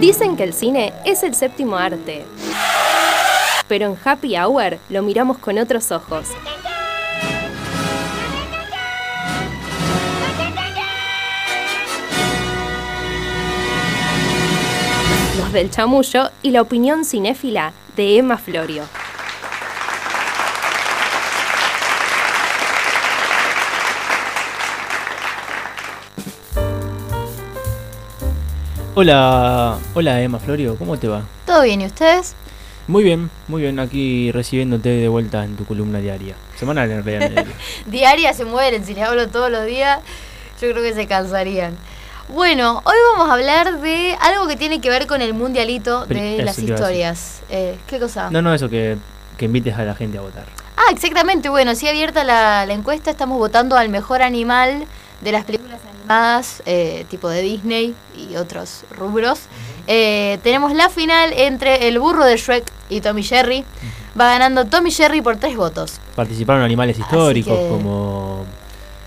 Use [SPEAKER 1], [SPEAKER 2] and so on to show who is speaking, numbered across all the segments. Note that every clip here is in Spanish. [SPEAKER 1] Dicen que el cine es el séptimo arte. Pero en Happy Hour lo miramos con otros ojos. Los del chamullo y la opinión cinéfila de Emma Florio.
[SPEAKER 2] Hola, hola Emma Florio, ¿cómo te va?
[SPEAKER 3] ¿Todo bien? ¿Y ustedes?
[SPEAKER 2] Muy bien, muy bien, aquí recibiéndote de vuelta en tu columna diaria. Semanal en realidad.
[SPEAKER 3] Diaria se mueren, si les hablo todos los días, yo creo que se cansarían. Bueno, hoy vamos a hablar de algo que tiene que ver con el mundialito de
[SPEAKER 2] Pri-
[SPEAKER 3] las
[SPEAKER 2] eso te iba a decir.
[SPEAKER 3] historias. Eh, ¿Qué cosa?
[SPEAKER 2] no, no, eso que, que invites a la gente a votar.
[SPEAKER 3] Ah, exactamente. Bueno, sí abierta la, la encuesta, estamos votando al mejor animal de las películas animadas, eh, tipo de Disney y otros rubros. Eh, tenemos la final entre el burro de Shrek y Tommy Jerry. Va ganando Tommy Jerry por tres votos.
[SPEAKER 2] Participaron animales históricos
[SPEAKER 3] que-
[SPEAKER 2] como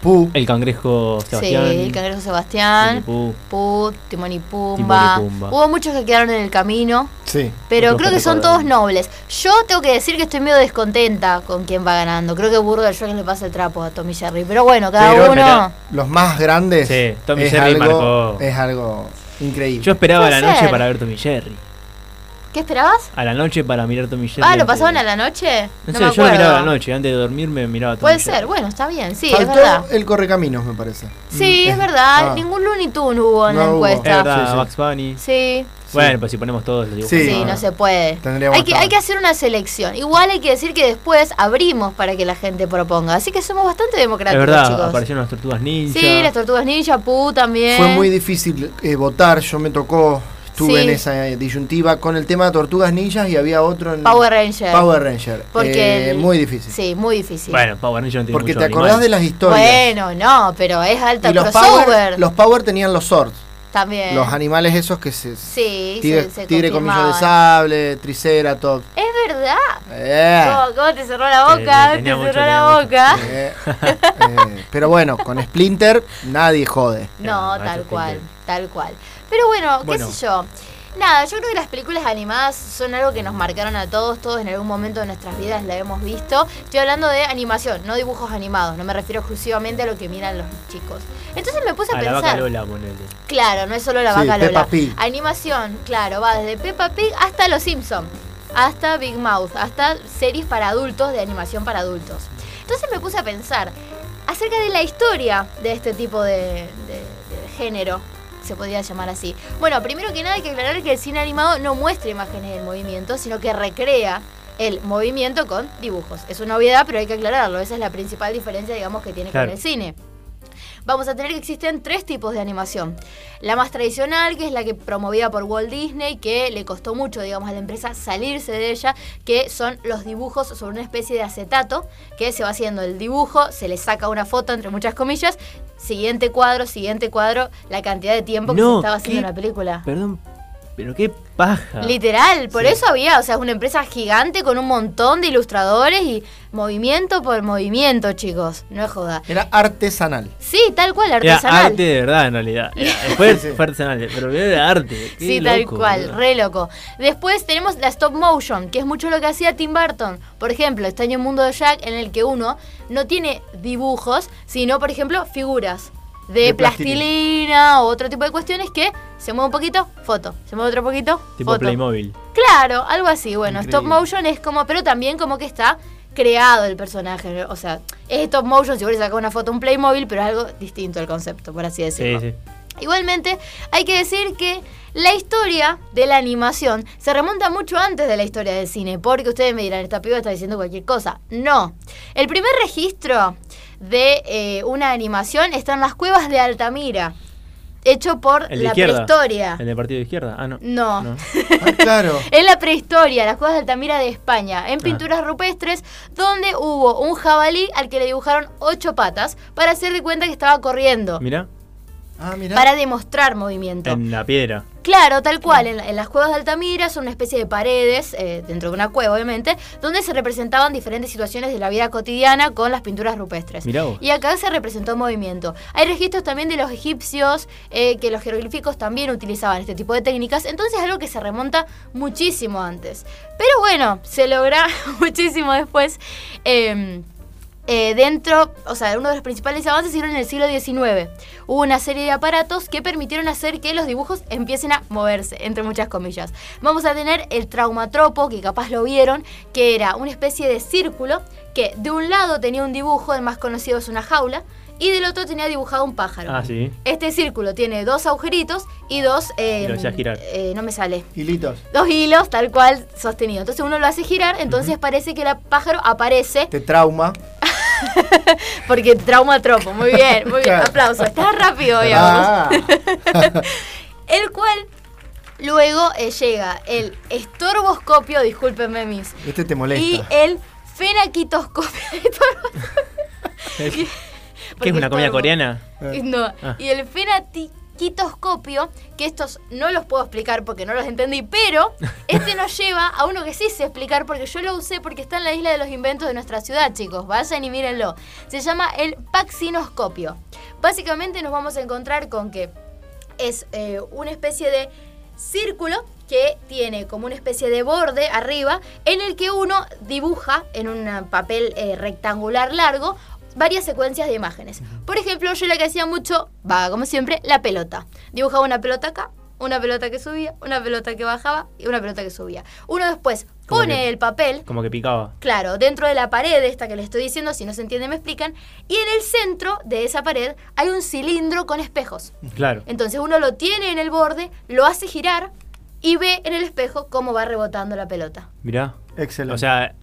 [SPEAKER 4] Pu.
[SPEAKER 2] el cangrejo Sebastián,
[SPEAKER 3] Sí, el cangrejo Sebastián.
[SPEAKER 2] Winnie Pooh,
[SPEAKER 3] Put, Timón y Pumba.
[SPEAKER 2] Timón y Pumba.
[SPEAKER 3] Hubo muchos que quedaron en el camino,
[SPEAKER 4] Sí.
[SPEAKER 3] pero
[SPEAKER 2] Otros
[SPEAKER 3] creo
[SPEAKER 2] que
[SPEAKER 3] que son
[SPEAKER 2] recordaron.
[SPEAKER 3] todos nobles. Yo tengo que decir que estoy medio descontenta con quién va ganando. Creo que Burro del Shrek le pasa el trapo a Tommy Jerry. Pero bueno, cada
[SPEAKER 2] Pero-
[SPEAKER 3] uno.
[SPEAKER 4] Los más grandes.
[SPEAKER 2] Sí, Tommy
[SPEAKER 4] es
[SPEAKER 2] Jerry
[SPEAKER 4] algo,
[SPEAKER 2] marcó.
[SPEAKER 4] Es algo increíble.
[SPEAKER 2] Yo esperaba
[SPEAKER 3] Puede
[SPEAKER 2] la noche
[SPEAKER 3] ser.
[SPEAKER 2] para ver Tommy Jerry.
[SPEAKER 3] ¿Qué esperabas?
[SPEAKER 2] A la noche para mirar Tommy Jerry.
[SPEAKER 3] Ah, ¿lo
[SPEAKER 2] antes
[SPEAKER 3] pasaban
[SPEAKER 2] de-
[SPEAKER 3] a la noche?
[SPEAKER 2] No sé,
[SPEAKER 3] No, me
[SPEAKER 2] yo lo
[SPEAKER 3] acuerdo.
[SPEAKER 2] miraba a la noche, antes de dormirme miraba Tommy
[SPEAKER 3] Puede
[SPEAKER 2] Jerry.
[SPEAKER 3] ser, bueno, está bien, sí, es verdad.
[SPEAKER 4] Faltó el correcaminos, me parece.
[SPEAKER 3] Sí,
[SPEAKER 4] Mm,
[SPEAKER 3] es
[SPEAKER 4] es-
[SPEAKER 3] verdad,
[SPEAKER 4] ah.
[SPEAKER 3] ningún Looney Tunes hubo en
[SPEAKER 4] No
[SPEAKER 3] la
[SPEAKER 4] hubo.
[SPEAKER 2] Es
[SPEAKER 3] encuesta.
[SPEAKER 2] verdad,
[SPEAKER 4] Sí, sí.
[SPEAKER 2] Bugs Bunny.
[SPEAKER 3] Sí,
[SPEAKER 2] Bueno, pues si ponemos todos los dibujos.
[SPEAKER 4] Sí.
[SPEAKER 3] sí, no se puede.
[SPEAKER 4] Tendríamos
[SPEAKER 3] Hay que, hay que hacer una selección. Igual hay que decir que después abrimos para que la gente proponga. Así que somos bastante
[SPEAKER 2] Es
[SPEAKER 3] democráticos,
[SPEAKER 2] verdad,
[SPEAKER 3] chicos.
[SPEAKER 2] aparecieron las tortugas ninja.
[SPEAKER 3] Sí, las tortugas ninja, Pu también.
[SPEAKER 4] Fue muy difícil eh, votar, yo me tocó, estuve
[SPEAKER 3] Sí.
[SPEAKER 4] en esa eh, disyuntiva con el tema de Tortugas Ninjas y había otro en
[SPEAKER 3] Power Ranger.
[SPEAKER 4] Power Ranger.
[SPEAKER 3] Porque
[SPEAKER 4] Eh,
[SPEAKER 3] el-
[SPEAKER 4] muy difícil.
[SPEAKER 3] Sí, muy difícil.
[SPEAKER 2] Bueno, Power Ranger no tiene
[SPEAKER 4] Porque
[SPEAKER 2] mucho
[SPEAKER 4] te acordás
[SPEAKER 2] animal.
[SPEAKER 4] de las historias.
[SPEAKER 3] Bueno, no, pero es alta
[SPEAKER 4] y los
[SPEAKER 3] crossover
[SPEAKER 4] power, los power tenían los swords,
[SPEAKER 3] también.
[SPEAKER 4] los animales esos que se...
[SPEAKER 3] sí,
[SPEAKER 4] tigre
[SPEAKER 3] se, se
[SPEAKER 4] tigre con millos de
[SPEAKER 3] confirmaban.
[SPEAKER 4] sable, triceratops.
[SPEAKER 3] Es verdad.
[SPEAKER 4] Eh,
[SPEAKER 3] ¿Cómo, cómo te cerró la boca?
[SPEAKER 2] Eh, tenía
[SPEAKER 3] te
[SPEAKER 2] mucho,
[SPEAKER 3] cerró
[SPEAKER 2] tenía
[SPEAKER 3] la
[SPEAKER 2] mucho.
[SPEAKER 3] boca.
[SPEAKER 4] eh, eh, Pero bueno, con Splinter nadie jode.
[SPEAKER 3] No,
[SPEAKER 2] Ah,
[SPEAKER 3] tal
[SPEAKER 2] yo
[SPEAKER 3] cual,
[SPEAKER 2] pensé.
[SPEAKER 3] tal cual. Pero bueno, qué
[SPEAKER 2] Bueno.
[SPEAKER 3] sé yo. Nada, yo creo que las películas animadas son algo que nos marcaron a todos, todos en algún momento de nuestras vidas la hemos visto. Estoy hablando de animación, no dibujos animados, no me refiero exclusivamente a lo que miran los chicos. Entonces me puse a,
[SPEAKER 2] A Ah, la vaca
[SPEAKER 3] pensar,
[SPEAKER 2] Lola, ponele.
[SPEAKER 3] claro, no es solo la
[SPEAKER 4] Sí,
[SPEAKER 3] vaca
[SPEAKER 4] Peppa
[SPEAKER 3] Lola.
[SPEAKER 4] Pig.
[SPEAKER 3] Animación, claro, va desde Peppa Pig hasta Los Simpson, hasta Big Mouth, hasta series para adultos de animación para adultos. Entonces me puse a pensar acerca de la historia de este tipo de, de- de género, se podría llamar así. Bueno, primero que nada hay que aclarar que el cine animado no muestra imágenes del movimiento, sino que recrea el movimiento con dibujos. Es una obviedad, pero hay que aclararlo. Esa es la principal diferencia, digamos, que tiene
[SPEAKER 2] Claro.
[SPEAKER 3] con el cine. Vamos a tener que existen tres tipos de animación. La más tradicional, que es la que promovida por Walt Disney, que le costó mucho, digamos, a la empresa salirse de ella, que son los dibujos sobre una especie de acetato, que se va haciendo el dibujo, se le saca una foto, entre muchas comillas, siguiente cuadro, siguiente cuadro, la cantidad de tiempo que
[SPEAKER 2] No,
[SPEAKER 3] se estaba haciendo
[SPEAKER 2] ¿qué?
[SPEAKER 3] la película.
[SPEAKER 2] Perdón, pero qué paja.
[SPEAKER 3] Literal, por
[SPEAKER 2] Sí.
[SPEAKER 3] eso había, o sea, es una empresa gigante con un montón de ilustradores y movimiento por movimiento, chicos, no es joda.
[SPEAKER 4] Era artesanal.
[SPEAKER 3] Sí, tal cual,
[SPEAKER 2] Era
[SPEAKER 3] artesanal.
[SPEAKER 2] arte de verdad, en realidad. Era- Después fue artesanal, pero era arte. Qué
[SPEAKER 3] Sí, tal
[SPEAKER 2] loco,
[SPEAKER 3] cual,
[SPEAKER 2] boludo.
[SPEAKER 3] re loco. Después tenemos la stop motion, que es mucho lo que hacía Tim Burton. Por ejemplo, está en el mundo de Jack, en el que uno no tiene dibujos, sino, por ejemplo, figuras de,
[SPEAKER 4] De plastilina.
[SPEAKER 3] plastilina o otro tipo de cuestiones que se mueve un poquito, foto. Se mueve otro poquito,
[SPEAKER 2] Tipo
[SPEAKER 3] foto.
[SPEAKER 2] Playmobil.
[SPEAKER 3] Claro, algo así. Bueno,
[SPEAKER 4] Increíble.
[SPEAKER 3] stop motion es como, pero también como que está creado el personaje. ¿no? O sea, es stop motion si vos le sacás una foto a un Playmobil, pero es algo distinto el concepto, por así
[SPEAKER 2] Sí,
[SPEAKER 3] decirlo.
[SPEAKER 2] sí.
[SPEAKER 3] Igualmente, hay que decir que la historia de la animación se remonta mucho antes de la historia del cine, porque ustedes me dirán, esta piba está diciendo cualquier cosa. No. El primer registro de eh, una animación está en las cuevas de Altamira, hecho por
[SPEAKER 2] El de
[SPEAKER 3] la
[SPEAKER 2] izquierda.
[SPEAKER 3] prehistoria.
[SPEAKER 2] El de partido de izquierda. Ah, no.
[SPEAKER 3] No.
[SPEAKER 2] No.
[SPEAKER 4] Ah, claro.
[SPEAKER 3] En la prehistoria, las cuevas de Altamira de España,
[SPEAKER 2] Ah.
[SPEAKER 3] en pinturas rupestres, donde hubo un jabalí al que le dibujaron ocho patas para hacer de cuenta que estaba corriendo.
[SPEAKER 2] Mirá.
[SPEAKER 4] Ah, mira.
[SPEAKER 3] para demostrar movimiento.
[SPEAKER 2] En la piedra.
[SPEAKER 3] Claro, tal cual. En, la- en las cuevas de Altamira son una especie de paredes, eh, dentro de una cueva obviamente, donde se representaban diferentes situaciones de la vida cotidiana con las pinturas rupestres.
[SPEAKER 2] Mirá vos.
[SPEAKER 3] Y acá se representó movimiento. Hay registros también de los egipcios, eh, que los jeroglíficos también utilizaban este tipo de técnicas, entonces es algo que se remonta muchísimo antes. Pero bueno, se logra muchísimo después. em, eh, dentro, o sea, uno de los principales avances hicieron en el siglo XIX. Hubo una serie de aparatos que permitieron hacer que los dibujos empiecen a moverse, entre muchas comillas. Vamos a tener el traumatropo, que capaz lo vieron, que era una especie de círculo que de un lado tenía un dibujo, el más conocido es una jaula, y del otro tenía dibujado un pájaro.
[SPEAKER 2] Ah, sí.
[SPEAKER 3] Este círculo tiene dos agujeritos y dos... eh,
[SPEAKER 2] Y lo hacías girar.
[SPEAKER 3] eh, no me sale
[SPEAKER 4] Hilitos.
[SPEAKER 3] dos hilos tal cual sostenido. Entonces uno lo hace girar, entonces parece que el pájaro aparece
[SPEAKER 4] Te trauma.
[SPEAKER 3] porque trauma tropo. Muy bien, muy bien.
[SPEAKER 4] Claro.
[SPEAKER 3] Aplauso. Está rápido, digamos.
[SPEAKER 4] Ah,
[SPEAKER 3] El cual luego eh, llega el estorboscopio, discúlpenme mis,
[SPEAKER 4] este te
[SPEAKER 3] y eh,
[SPEAKER 4] molesta.
[SPEAKER 3] el fenaquitoscopio.
[SPEAKER 2] ¿Qué es una comida coreana?
[SPEAKER 4] Eh.
[SPEAKER 3] No,
[SPEAKER 2] Ah.
[SPEAKER 3] y el fenatiquitoscopio, que estos no los puedo explicar porque no los entendí, pero este nos lleva a uno que sí sé explicar porque yo lo usé porque está en la isla de los inventos de nuestra ciudad, chicos. Vayan y mírenlo. Se llama el paxinoscopio. Básicamente nos vamos a encontrar con que es eh, una especie de círculo que tiene como una especie de borde arriba en el que uno dibuja en un papel eh, rectangular largo varias secuencias de imágenes. Por ejemplo, yo la que hacía mucho, va, como siempre, la pelota. Dibujaba una pelota acá, una pelota que subía, una pelota que bajaba y una pelota que subía. Uno después
[SPEAKER 2] Como
[SPEAKER 3] pone
[SPEAKER 2] que-
[SPEAKER 3] el papel
[SPEAKER 2] Como que picaba.
[SPEAKER 3] Claro, dentro de la pared esta que les estoy diciendo, si no se entiende me explican. Y en el centro de esa pared hay un cilindro con espejos.
[SPEAKER 2] Claro.
[SPEAKER 3] Entonces uno lo tiene en el borde, lo hace girar y ve en el espejo cómo va rebotando la pelota.
[SPEAKER 2] Mirá.
[SPEAKER 4] Excelente.
[SPEAKER 2] O sea,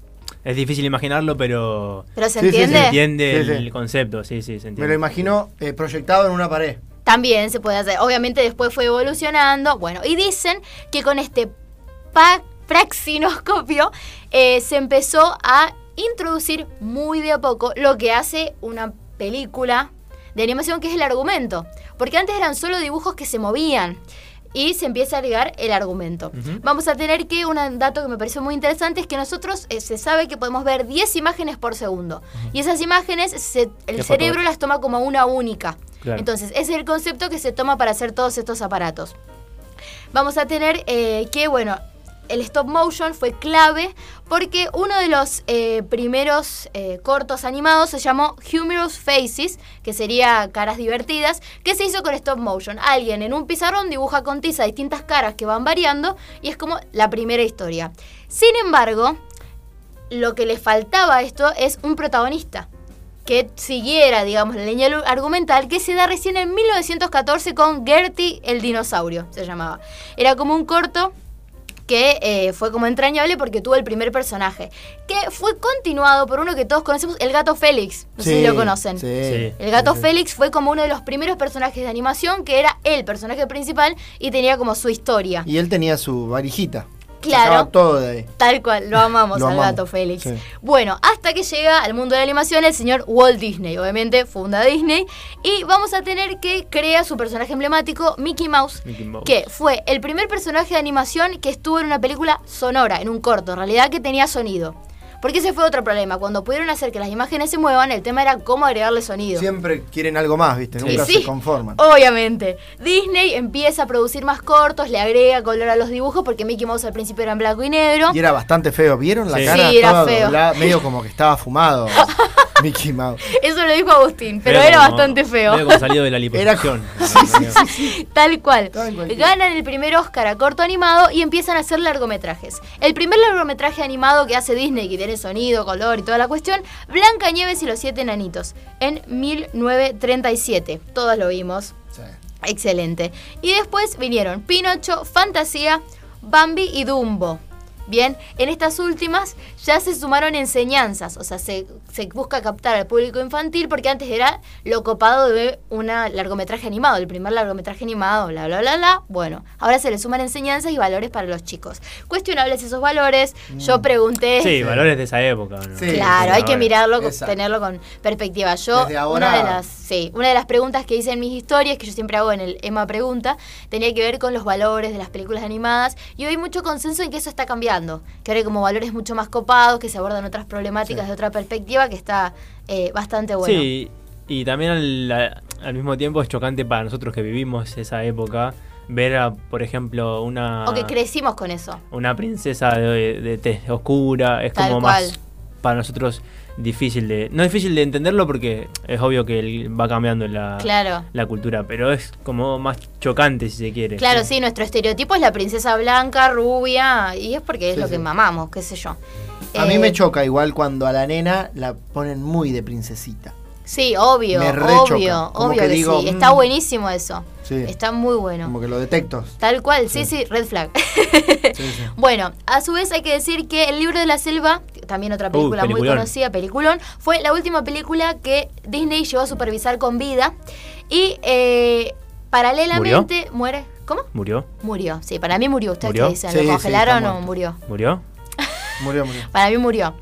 [SPEAKER 2] es difícil imaginarlo, pero
[SPEAKER 3] ¿Pero se
[SPEAKER 4] Sí, sí, se
[SPEAKER 3] entiende?
[SPEAKER 2] se entiende
[SPEAKER 4] Sí, sí.
[SPEAKER 2] el concepto. Sí, sí, se entiende.
[SPEAKER 4] Me lo imagino eh, proyectado en una pared.
[SPEAKER 3] También se puede hacer. Obviamente después fue evolucionando. Bueno, y dicen que con este pa- praxinoscopio eh, se empezó a introducir muy de a poco lo que hace una película de animación, que es el argumento. Porque antes eran solo dibujos que se movían. Y se empieza a agregar el argumento.
[SPEAKER 2] Ujú.
[SPEAKER 3] Vamos a tener que un dato que me pareció muy interesante es que nosotros eh, se sabe que podemos ver 10 imágenes por segundo. Y esas imágenes se- el
[SPEAKER 2] fotogra-
[SPEAKER 3] cerebro las toma como una única.
[SPEAKER 2] Claro.
[SPEAKER 3] Entonces, ese es el concepto que se toma para hacer todos estos aparatos. Vamos a tener eh, que, bueno, el stop motion fue clave porque uno de los eh, primeros eh, cortos animados se llamó Humorous Faces, que sería caras divertidas, que se hizo con stop motion. Alguien en un pizarrón dibuja con tiza distintas caras que van variando y es como la primera historia. Sin embargo, lo que le faltaba a esto es un protagonista que siguiera, digamos, la línea lu- argumental que se da recién en 1914 con Gertie el dinosaurio, se llamaba. Era como un corto que eh, fue como entrañable porque tuvo el primer personaje, que fue continuado por uno que todos conocemos, el gato Félix. No sé si lo conocen.
[SPEAKER 2] Sí.
[SPEAKER 3] El gato
[SPEAKER 4] Sí, sí.
[SPEAKER 3] Félix fue como uno de los primeros personajes de animación que era el personaje principal y tenía como su historia.
[SPEAKER 4] Y él tenía su varijita.
[SPEAKER 3] Claro.
[SPEAKER 4] Sacaba todo de ahí.
[SPEAKER 3] Tal cual, lo amamos
[SPEAKER 4] Lo
[SPEAKER 3] al
[SPEAKER 4] amamos,
[SPEAKER 3] gato Félix.
[SPEAKER 4] sí.
[SPEAKER 3] Bueno, hasta que llega al mundo de la animación el señor Walt Disney, obviamente funda Disney, y vamos a tener que crea su personaje emblemático, Mickey Mouse,
[SPEAKER 2] Mickey Mouse.
[SPEAKER 3] que fue el primer personaje de animación que estuvo en una película sonora, en un corto, en realidad que tenía sonido. Porque ese fue otro problema, cuando pudieron hacer que las imágenes se muevan, el tema era cómo agregarle sonido.
[SPEAKER 4] Siempre quieren algo más, ¿viste?
[SPEAKER 2] Sí.
[SPEAKER 4] Nunca
[SPEAKER 3] Y sí. Oh,
[SPEAKER 4] se conforman.
[SPEAKER 3] Obviamente. Disney empieza a producir más cortos, le agrega color a los dibujos, porque Mickey Mouse al principio era en blanco y negro.
[SPEAKER 4] Y era bastante feo. ¿Vieron la
[SPEAKER 2] Sí.
[SPEAKER 4] cara?
[SPEAKER 3] Sí, era
[SPEAKER 4] Toda
[SPEAKER 3] feo.
[SPEAKER 4] doblada, medio como que estaba fumado. Mickey Mouse.
[SPEAKER 3] Eso lo dijo Agustín, pero
[SPEAKER 2] Medio
[SPEAKER 3] era
[SPEAKER 2] como-
[SPEAKER 3] bastante feo.
[SPEAKER 2] medio como salido de la liposucción.
[SPEAKER 3] Tal cual.
[SPEAKER 4] Tal cual.
[SPEAKER 3] Ganan el primer Oscar a corto animado y empiezan a hacer largometrajes. El primer largometraje animado que hace Disney, que tiene sonido, color y toda la cuestión, Blanca Nieves y los siete enanitos, en 1937. Todos lo vimos.
[SPEAKER 4] Sí.
[SPEAKER 3] Excelente. Y después vinieron Pinocho, Fantasía, Bambi y Dumbo. Bien, en estas últimas ya se sumaron enseñanzas, o sea, se, se busca captar al público infantil porque antes era lo copado de un largometraje animado, el primer largometraje animado, bla, bla, bla, bla. Bueno, ahora se le suman enseñanzas y valores para los chicos. Cuestionables esos valores, yo pregunté...
[SPEAKER 2] Sí, valores de esa época. ¿no?
[SPEAKER 4] Sí.
[SPEAKER 3] Claro, hay que mirarlo, con-
[SPEAKER 4] Exacto.
[SPEAKER 3] tenerlo con perspectiva. Yo,
[SPEAKER 4] Desde ahora-
[SPEAKER 3] una de las, sí, una de las preguntas que hice en mis historias, que yo siempre hago en el Emma Pregunta, tenía que ver con los valores de las películas animadas, y hoy hay mucho consenso en que eso está cambiando, que ahora hay como valores mucho más copados, que se abordan otras problemáticas de otra perspectiva, que está eh, bastante bueno.
[SPEAKER 2] Sí, y también al, al mismo tiempo es chocante para nosotros que vivimos esa época ver, a, por ejemplo, una,
[SPEAKER 3] O que crecimos con eso.
[SPEAKER 2] una princesa de, de tez oscura. Es
[SPEAKER 3] Tal
[SPEAKER 2] como
[SPEAKER 3] cual.
[SPEAKER 2] más para nosotros difícil de... No difícil de entenderlo porque es obvio que el- va cambiando
[SPEAKER 3] Ah.
[SPEAKER 2] la,
[SPEAKER 3] Claro.
[SPEAKER 2] la cultura, pero es como más chocante si se quiere.
[SPEAKER 3] Claro, sí, nuestro estereotipo es la princesa blanca, rubia, y es porque es
[SPEAKER 4] Sí,
[SPEAKER 3] lo
[SPEAKER 4] sí.
[SPEAKER 3] que mamamos, qué sé yo.
[SPEAKER 4] A mí
[SPEAKER 3] Eh,
[SPEAKER 4] me choca igual cuando a la nena la ponen muy de princesita.
[SPEAKER 3] Sí, obvio,
[SPEAKER 4] Me re choca.
[SPEAKER 3] obvio,
[SPEAKER 4] Como
[SPEAKER 3] obvio
[SPEAKER 4] que
[SPEAKER 3] que,
[SPEAKER 4] digo,
[SPEAKER 3] sí. Está
[SPEAKER 4] mm.
[SPEAKER 3] buenísimo eso.
[SPEAKER 4] Sí.
[SPEAKER 3] Está muy bueno.
[SPEAKER 4] Como que lo detecto.
[SPEAKER 3] Tal cual, sí, sí, red flag.
[SPEAKER 4] Sí, sí.
[SPEAKER 3] bueno, a su vez hay que decir que El libro de la selva, también otra película muy
[SPEAKER 2] Uh, peliculón.
[SPEAKER 3] conocida, peliculón, fue la última película que Disney llegó a supervisar con vida. Y eh, paralelamente muere. ¿Cómo?
[SPEAKER 2] ¿Murió?
[SPEAKER 3] Murió, sí, para mí murió. ¿Ustedes
[SPEAKER 2] ¿Murió?
[SPEAKER 3] qué dicen?
[SPEAKER 4] Sí, sí,
[SPEAKER 3] ¿Lo
[SPEAKER 4] está
[SPEAKER 3] congelaron o
[SPEAKER 4] muerto.
[SPEAKER 3] murió?
[SPEAKER 2] ¿Murió?
[SPEAKER 4] Murió, murió.
[SPEAKER 3] Para mí murió.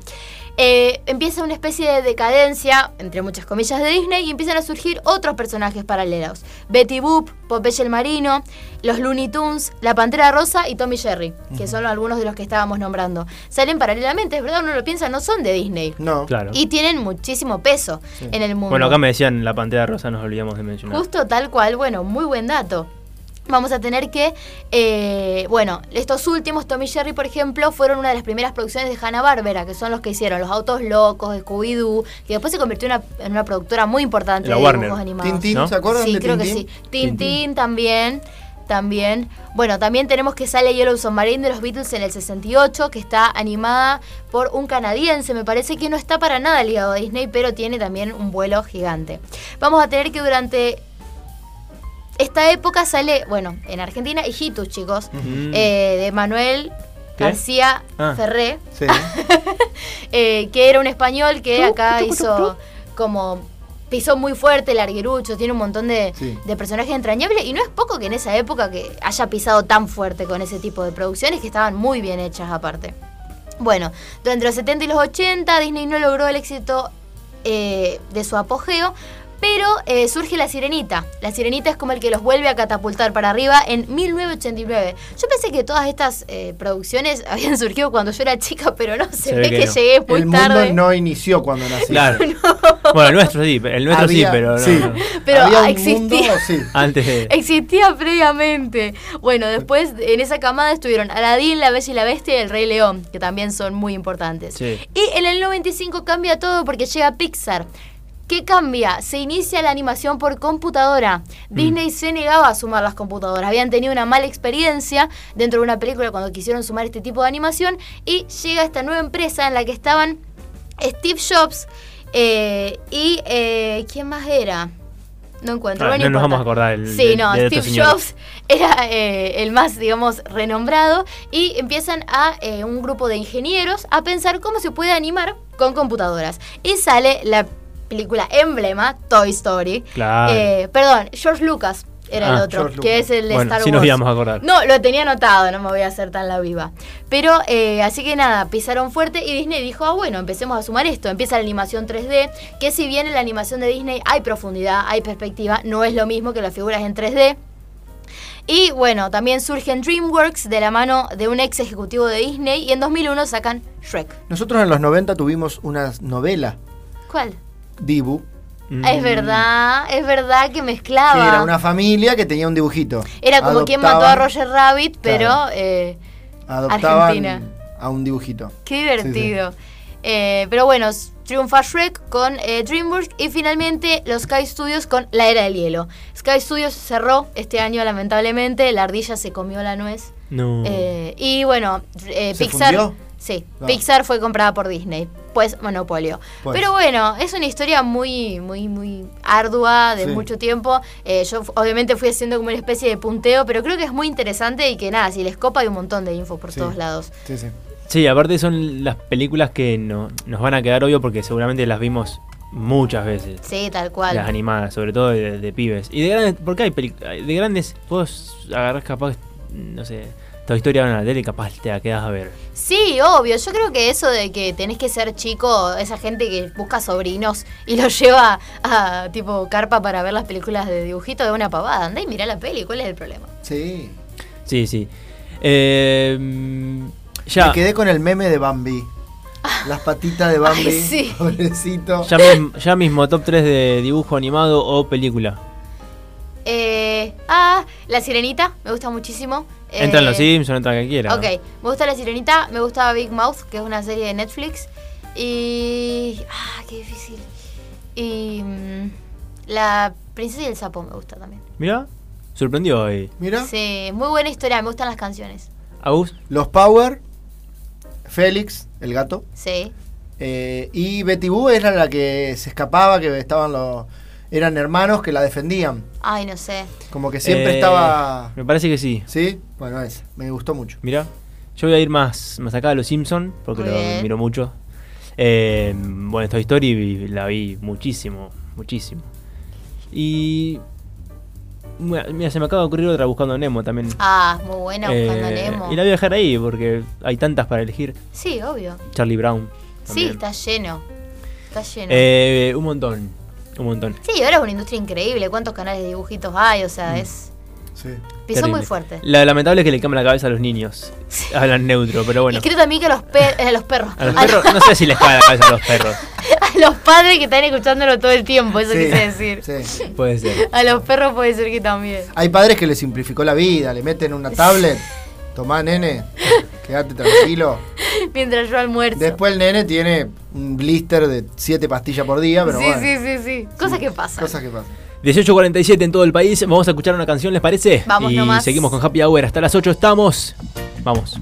[SPEAKER 3] Eh, empieza una especie de decadencia, entre muchas comillas, de Disney y empiezan a surgir otros personajes paralelos. Betty Boop, Popeye el Marino, los Looney Tunes, La Pantera Rosa y Tommy Jerry, que son algunos de los que estábamos nombrando. Salen paralelamente, es verdad, uno lo piensa, no son de Disney.
[SPEAKER 4] No.
[SPEAKER 2] Claro.
[SPEAKER 3] Y tienen muchísimo peso en el mundo.
[SPEAKER 2] Bueno, acá me decían la pantera rosa, nos olvidamos de mencionar.
[SPEAKER 3] Justo tal cual, bueno, muy buen dato. Vamos a tener que, eh, bueno, estos últimos, Tommy Jerry, por ejemplo, fueron una de las primeras producciones de Hanna-Barbera, que son los que hicieron Los Autos Locos, Scooby-Doo, que después se convirtió en una, en una productora muy importante
[SPEAKER 2] La
[SPEAKER 3] de
[SPEAKER 2] Warner.
[SPEAKER 3] dibujos animados.
[SPEAKER 4] Tintín,
[SPEAKER 2] ¿No?
[SPEAKER 4] ¿se acuerdan
[SPEAKER 3] Sí,
[SPEAKER 4] de
[SPEAKER 3] creo
[SPEAKER 4] Tintín?
[SPEAKER 3] que sí. Tintín también, también. Bueno, también tenemos que sale Yellow Submarine de los Beatles en el 68, que está animada por un canadiense. Me parece que no está para nada ligado a Disney, pero tiene también un vuelo gigante. Vamos a tener que durante esta época sale, bueno, en Argentina, Hijitus, chicos,
[SPEAKER 2] Mm.
[SPEAKER 3] eh, de Manuel
[SPEAKER 2] ¿Qué?
[SPEAKER 3] García
[SPEAKER 2] Ah.
[SPEAKER 3] Ferré
[SPEAKER 4] Sí.
[SPEAKER 3] eh, que era un español que acá hizo como pisó muy fuerte larguerucho, tiene un montón de,
[SPEAKER 4] Sí.
[SPEAKER 3] de personajes entrañables y no es poco que en esa época que haya pisado tan fuerte con ese tipo de producciones que estaban muy bien hechas aparte. Bueno, durante los 70 y los 80 Disney no logró el éxito eh, de su apogeo, pero eh, surge La Sirenita. La Sirenita es como el que los vuelve a catapultar para arriba en 1989. Yo pensé que todas estas eh, producciones habían surgido cuando yo era chica, pero no, se, ve, que,
[SPEAKER 2] no.
[SPEAKER 3] llegué muy
[SPEAKER 4] El
[SPEAKER 3] tarde.
[SPEAKER 4] mundo no inició cuando nací.
[SPEAKER 2] Claro. Bueno, el nuestro sí, el nuestro
[SPEAKER 4] Había-
[SPEAKER 2] sí, pero no,
[SPEAKER 4] sí.
[SPEAKER 2] no.
[SPEAKER 3] Pero ah,
[SPEAKER 4] Había un
[SPEAKER 3] existía.
[SPEAKER 4] mundo, sí.
[SPEAKER 2] Antes de.
[SPEAKER 3] Existía previamente. Bueno, después en esa camada estuvieron Aladdin, La Bella y la Bestia y El Rey León, que también son muy importantes.
[SPEAKER 2] Sí.
[SPEAKER 3] Y en el 95 cambia todo porque llega Pixar. ¿Qué cambia? Se inicia la animación por computadora.
[SPEAKER 2] Mm.
[SPEAKER 3] Disney se negaba a sumar las computadoras. Habían tenido una mala experiencia dentro de una película cuando quisieron sumar este tipo de animación. Y llega esta nueva empresa en la que estaban Steve Jobs eh, y... eh, ¿Quién más era? No encuentro.
[SPEAKER 2] Ah,
[SPEAKER 3] bueno,
[SPEAKER 2] no nos
[SPEAKER 3] importa.
[SPEAKER 2] vamos a acordar el-
[SPEAKER 3] Sí,
[SPEAKER 2] de-
[SPEAKER 3] no,
[SPEAKER 2] de estos
[SPEAKER 3] Steve
[SPEAKER 2] señores.
[SPEAKER 3] Jobs era eh, el más, digamos, renombrado y empiezan a eh, un grupo de ingenieros a pensar cómo se puede animar con computadoras. Y sale la película emblema Toy Story.
[SPEAKER 2] Claro.
[SPEAKER 3] Eh, perdón, George Lucas era el
[SPEAKER 2] Ah,
[SPEAKER 3] otro,
[SPEAKER 4] George
[SPEAKER 3] que
[SPEAKER 4] Lucas.
[SPEAKER 3] es el de
[SPEAKER 2] Bueno,
[SPEAKER 3] Star
[SPEAKER 2] sí
[SPEAKER 3] Wars.
[SPEAKER 2] nos íbamos a acordar.
[SPEAKER 3] No, lo tenía anotado, no me voy a hacer tan la viva. Pero, eh, así que nada, pisaron fuerte y Disney dijo, ah, bueno, empecemos a sumar esto. Empieza la animación 3D, que si bien en la animación de Disney hay profundidad, hay perspectiva, no es lo mismo que las figuras en 3D. Y bueno, también surgen DreamWorks de la mano de un ex ejecutivo de Disney y en 2001 sacan Shrek.
[SPEAKER 4] Nosotros en los 90 tuvimos una novela,
[SPEAKER 3] ¿Cuál?
[SPEAKER 4] Dibu,
[SPEAKER 2] Mm.
[SPEAKER 3] Es verdad, es verdad que
[SPEAKER 4] que
[SPEAKER 3] mezclaba.
[SPEAKER 4] era una familia que tenía un dibujito.
[SPEAKER 3] Ah, Era como quien mató a
[SPEAKER 4] Adoptaban-
[SPEAKER 3] Roger Rabbit, pero
[SPEAKER 4] Claro.
[SPEAKER 3] eh,
[SPEAKER 4] Adoptaban
[SPEAKER 3] Argentina.
[SPEAKER 4] a un dibujito.
[SPEAKER 3] qué divertido. Eh, pero bueno, s- triunfa Shrek con eh, DreamWorks y finalmente los Sky Studios con La Era del Hielo. Sky Studios cerró este año lamentablemente, la ardilla se comió la nuez.
[SPEAKER 2] No.
[SPEAKER 3] Eh, y bueno, eh,
[SPEAKER 4] Mm. ¿Se
[SPEAKER 3] Pixar...
[SPEAKER 4] fundió?
[SPEAKER 3] Sí,
[SPEAKER 4] No.
[SPEAKER 3] Pixar fue comprada por Disney, pues monopolio.
[SPEAKER 4] Pues.
[SPEAKER 3] Pero bueno, es una historia muy, muy, muy ardua, de
[SPEAKER 4] Sí.
[SPEAKER 3] mucho tiempo. Eh, yo f- obviamente fui haciendo como una especie de punteo, pero creo que es muy interesante y que nada, si les copa hay un montón de info por
[SPEAKER 4] Sí.
[SPEAKER 3] todos lados.
[SPEAKER 4] Sí, sí.
[SPEAKER 2] Sí, aparte son las películas que no, nos van a quedar obvio porque seguramente las vimos muchas veces.
[SPEAKER 3] Sí, tal cual.
[SPEAKER 2] Las animadas, sobre todo de, de pibes. Y de grandes, porque hay peli- de grandes, vos agarrás capaz, no sé, tu historia en la tele y capaz te la quedás a ver.
[SPEAKER 3] Sí, obvio. Yo creo que eso de que tenés que ser chico, esa gente que busca sobrinos y los lleva a tipo carpa para ver las películas de dibujito de una pavada. Andá y mirá la peli, ¿cuál es el problema?
[SPEAKER 4] Sí.
[SPEAKER 2] Sí, sí. Eh, mm, ya,
[SPEAKER 4] Me quedé con el meme de Bambi. Las patitas de Bambi.
[SPEAKER 3] Ay, sí.
[SPEAKER 4] Pobrecito.
[SPEAKER 2] ya, mis- ya mismo, top 3 de dibujo animado o película.
[SPEAKER 3] Eh, ah, La Sirenita, me gusta muchísimo. Eh,
[SPEAKER 2] Entran los Simpsons, entra cualquiera.
[SPEAKER 3] Ok,
[SPEAKER 2] ¿no?
[SPEAKER 3] me gusta La Sirenita, me gusta Big Mouth, que es una serie de Netflix. Y... Ah, qué difícil. Y... mm, la Princesa y el Sapo me gusta también.
[SPEAKER 2] Mirá, sorprendió hoy.
[SPEAKER 4] Mira.
[SPEAKER 3] Sí, muy buena historia, me gustan las canciones.
[SPEAKER 2] Agus,
[SPEAKER 4] Los Power. Félix, el gato.
[SPEAKER 3] Sí.
[SPEAKER 4] eh, y Betty Boo era la que se escapaba, que estaban los. Eran hermanos que la defendían.
[SPEAKER 3] Ay, no sé.
[SPEAKER 4] Como que siempre
[SPEAKER 2] eh,
[SPEAKER 4] estaba.
[SPEAKER 2] Me parece que sí.
[SPEAKER 4] ¿Sí? Bueno, es. Me gustó mucho.
[SPEAKER 2] Mirá, yo voy a ir más, más acá a los Simpsons, porque
[SPEAKER 3] Muy
[SPEAKER 2] lo
[SPEAKER 3] bien.
[SPEAKER 2] miro mucho. Eh, bueno, esta historia la vi muchísimo, muchísimo. Y. Mira, mira, se me acaba de ocurrir otra buscando a Nemo también.
[SPEAKER 3] Ah, muy buena buscando a
[SPEAKER 2] Eh,
[SPEAKER 3] Nemo.
[SPEAKER 2] Y la voy a dejar ahí porque hay tantas para elegir.
[SPEAKER 3] Sí, obvio.
[SPEAKER 2] Charlie Brown. también.
[SPEAKER 3] Sí, está lleno. Está lleno.
[SPEAKER 2] Eh, un montón, un montón.
[SPEAKER 3] sí, ahora es una industria increíble. ¿Cuántos canales de dibujitos hay? O sea, es.
[SPEAKER 4] Sí.
[SPEAKER 3] Pisó
[SPEAKER 2] Mm, Terrible.
[SPEAKER 3] muy fuerte.
[SPEAKER 2] La lamentable es que le cambian la cabeza a los niños. Hablan neutro, pero bueno.
[SPEAKER 3] Y creo también que a los, pe- eh, a los perros.
[SPEAKER 2] A los perros, no sé si les cae la cabeza a los perros.
[SPEAKER 3] a los padres que están escuchándolo todo el tiempo, eso
[SPEAKER 4] Sí.
[SPEAKER 3] quise decir.
[SPEAKER 4] Sí.
[SPEAKER 2] Puede ser.
[SPEAKER 3] A los perros puede ser que también.
[SPEAKER 4] Hay padres que le simplificó la vida, le meten una tablet. Tomá, nene, quédate tranquilo.
[SPEAKER 3] Mientras yo almuerzo.
[SPEAKER 4] Después el nene tiene un blister de 7 pastillas por día, pero
[SPEAKER 3] sí,
[SPEAKER 4] bueno.
[SPEAKER 3] sí, sí, sí. Cosas que pasan.
[SPEAKER 4] Cosas que pasan.
[SPEAKER 2] 18.47 en todo el país. Vamos a escuchar una canción, ¿les parece?
[SPEAKER 3] Vamos
[SPEAKER 2] y
[SPEAKER 3] nomás.
[SPEAKER 2] seguimos con Happy Hour. Hasta las 8 estamos. Vamos.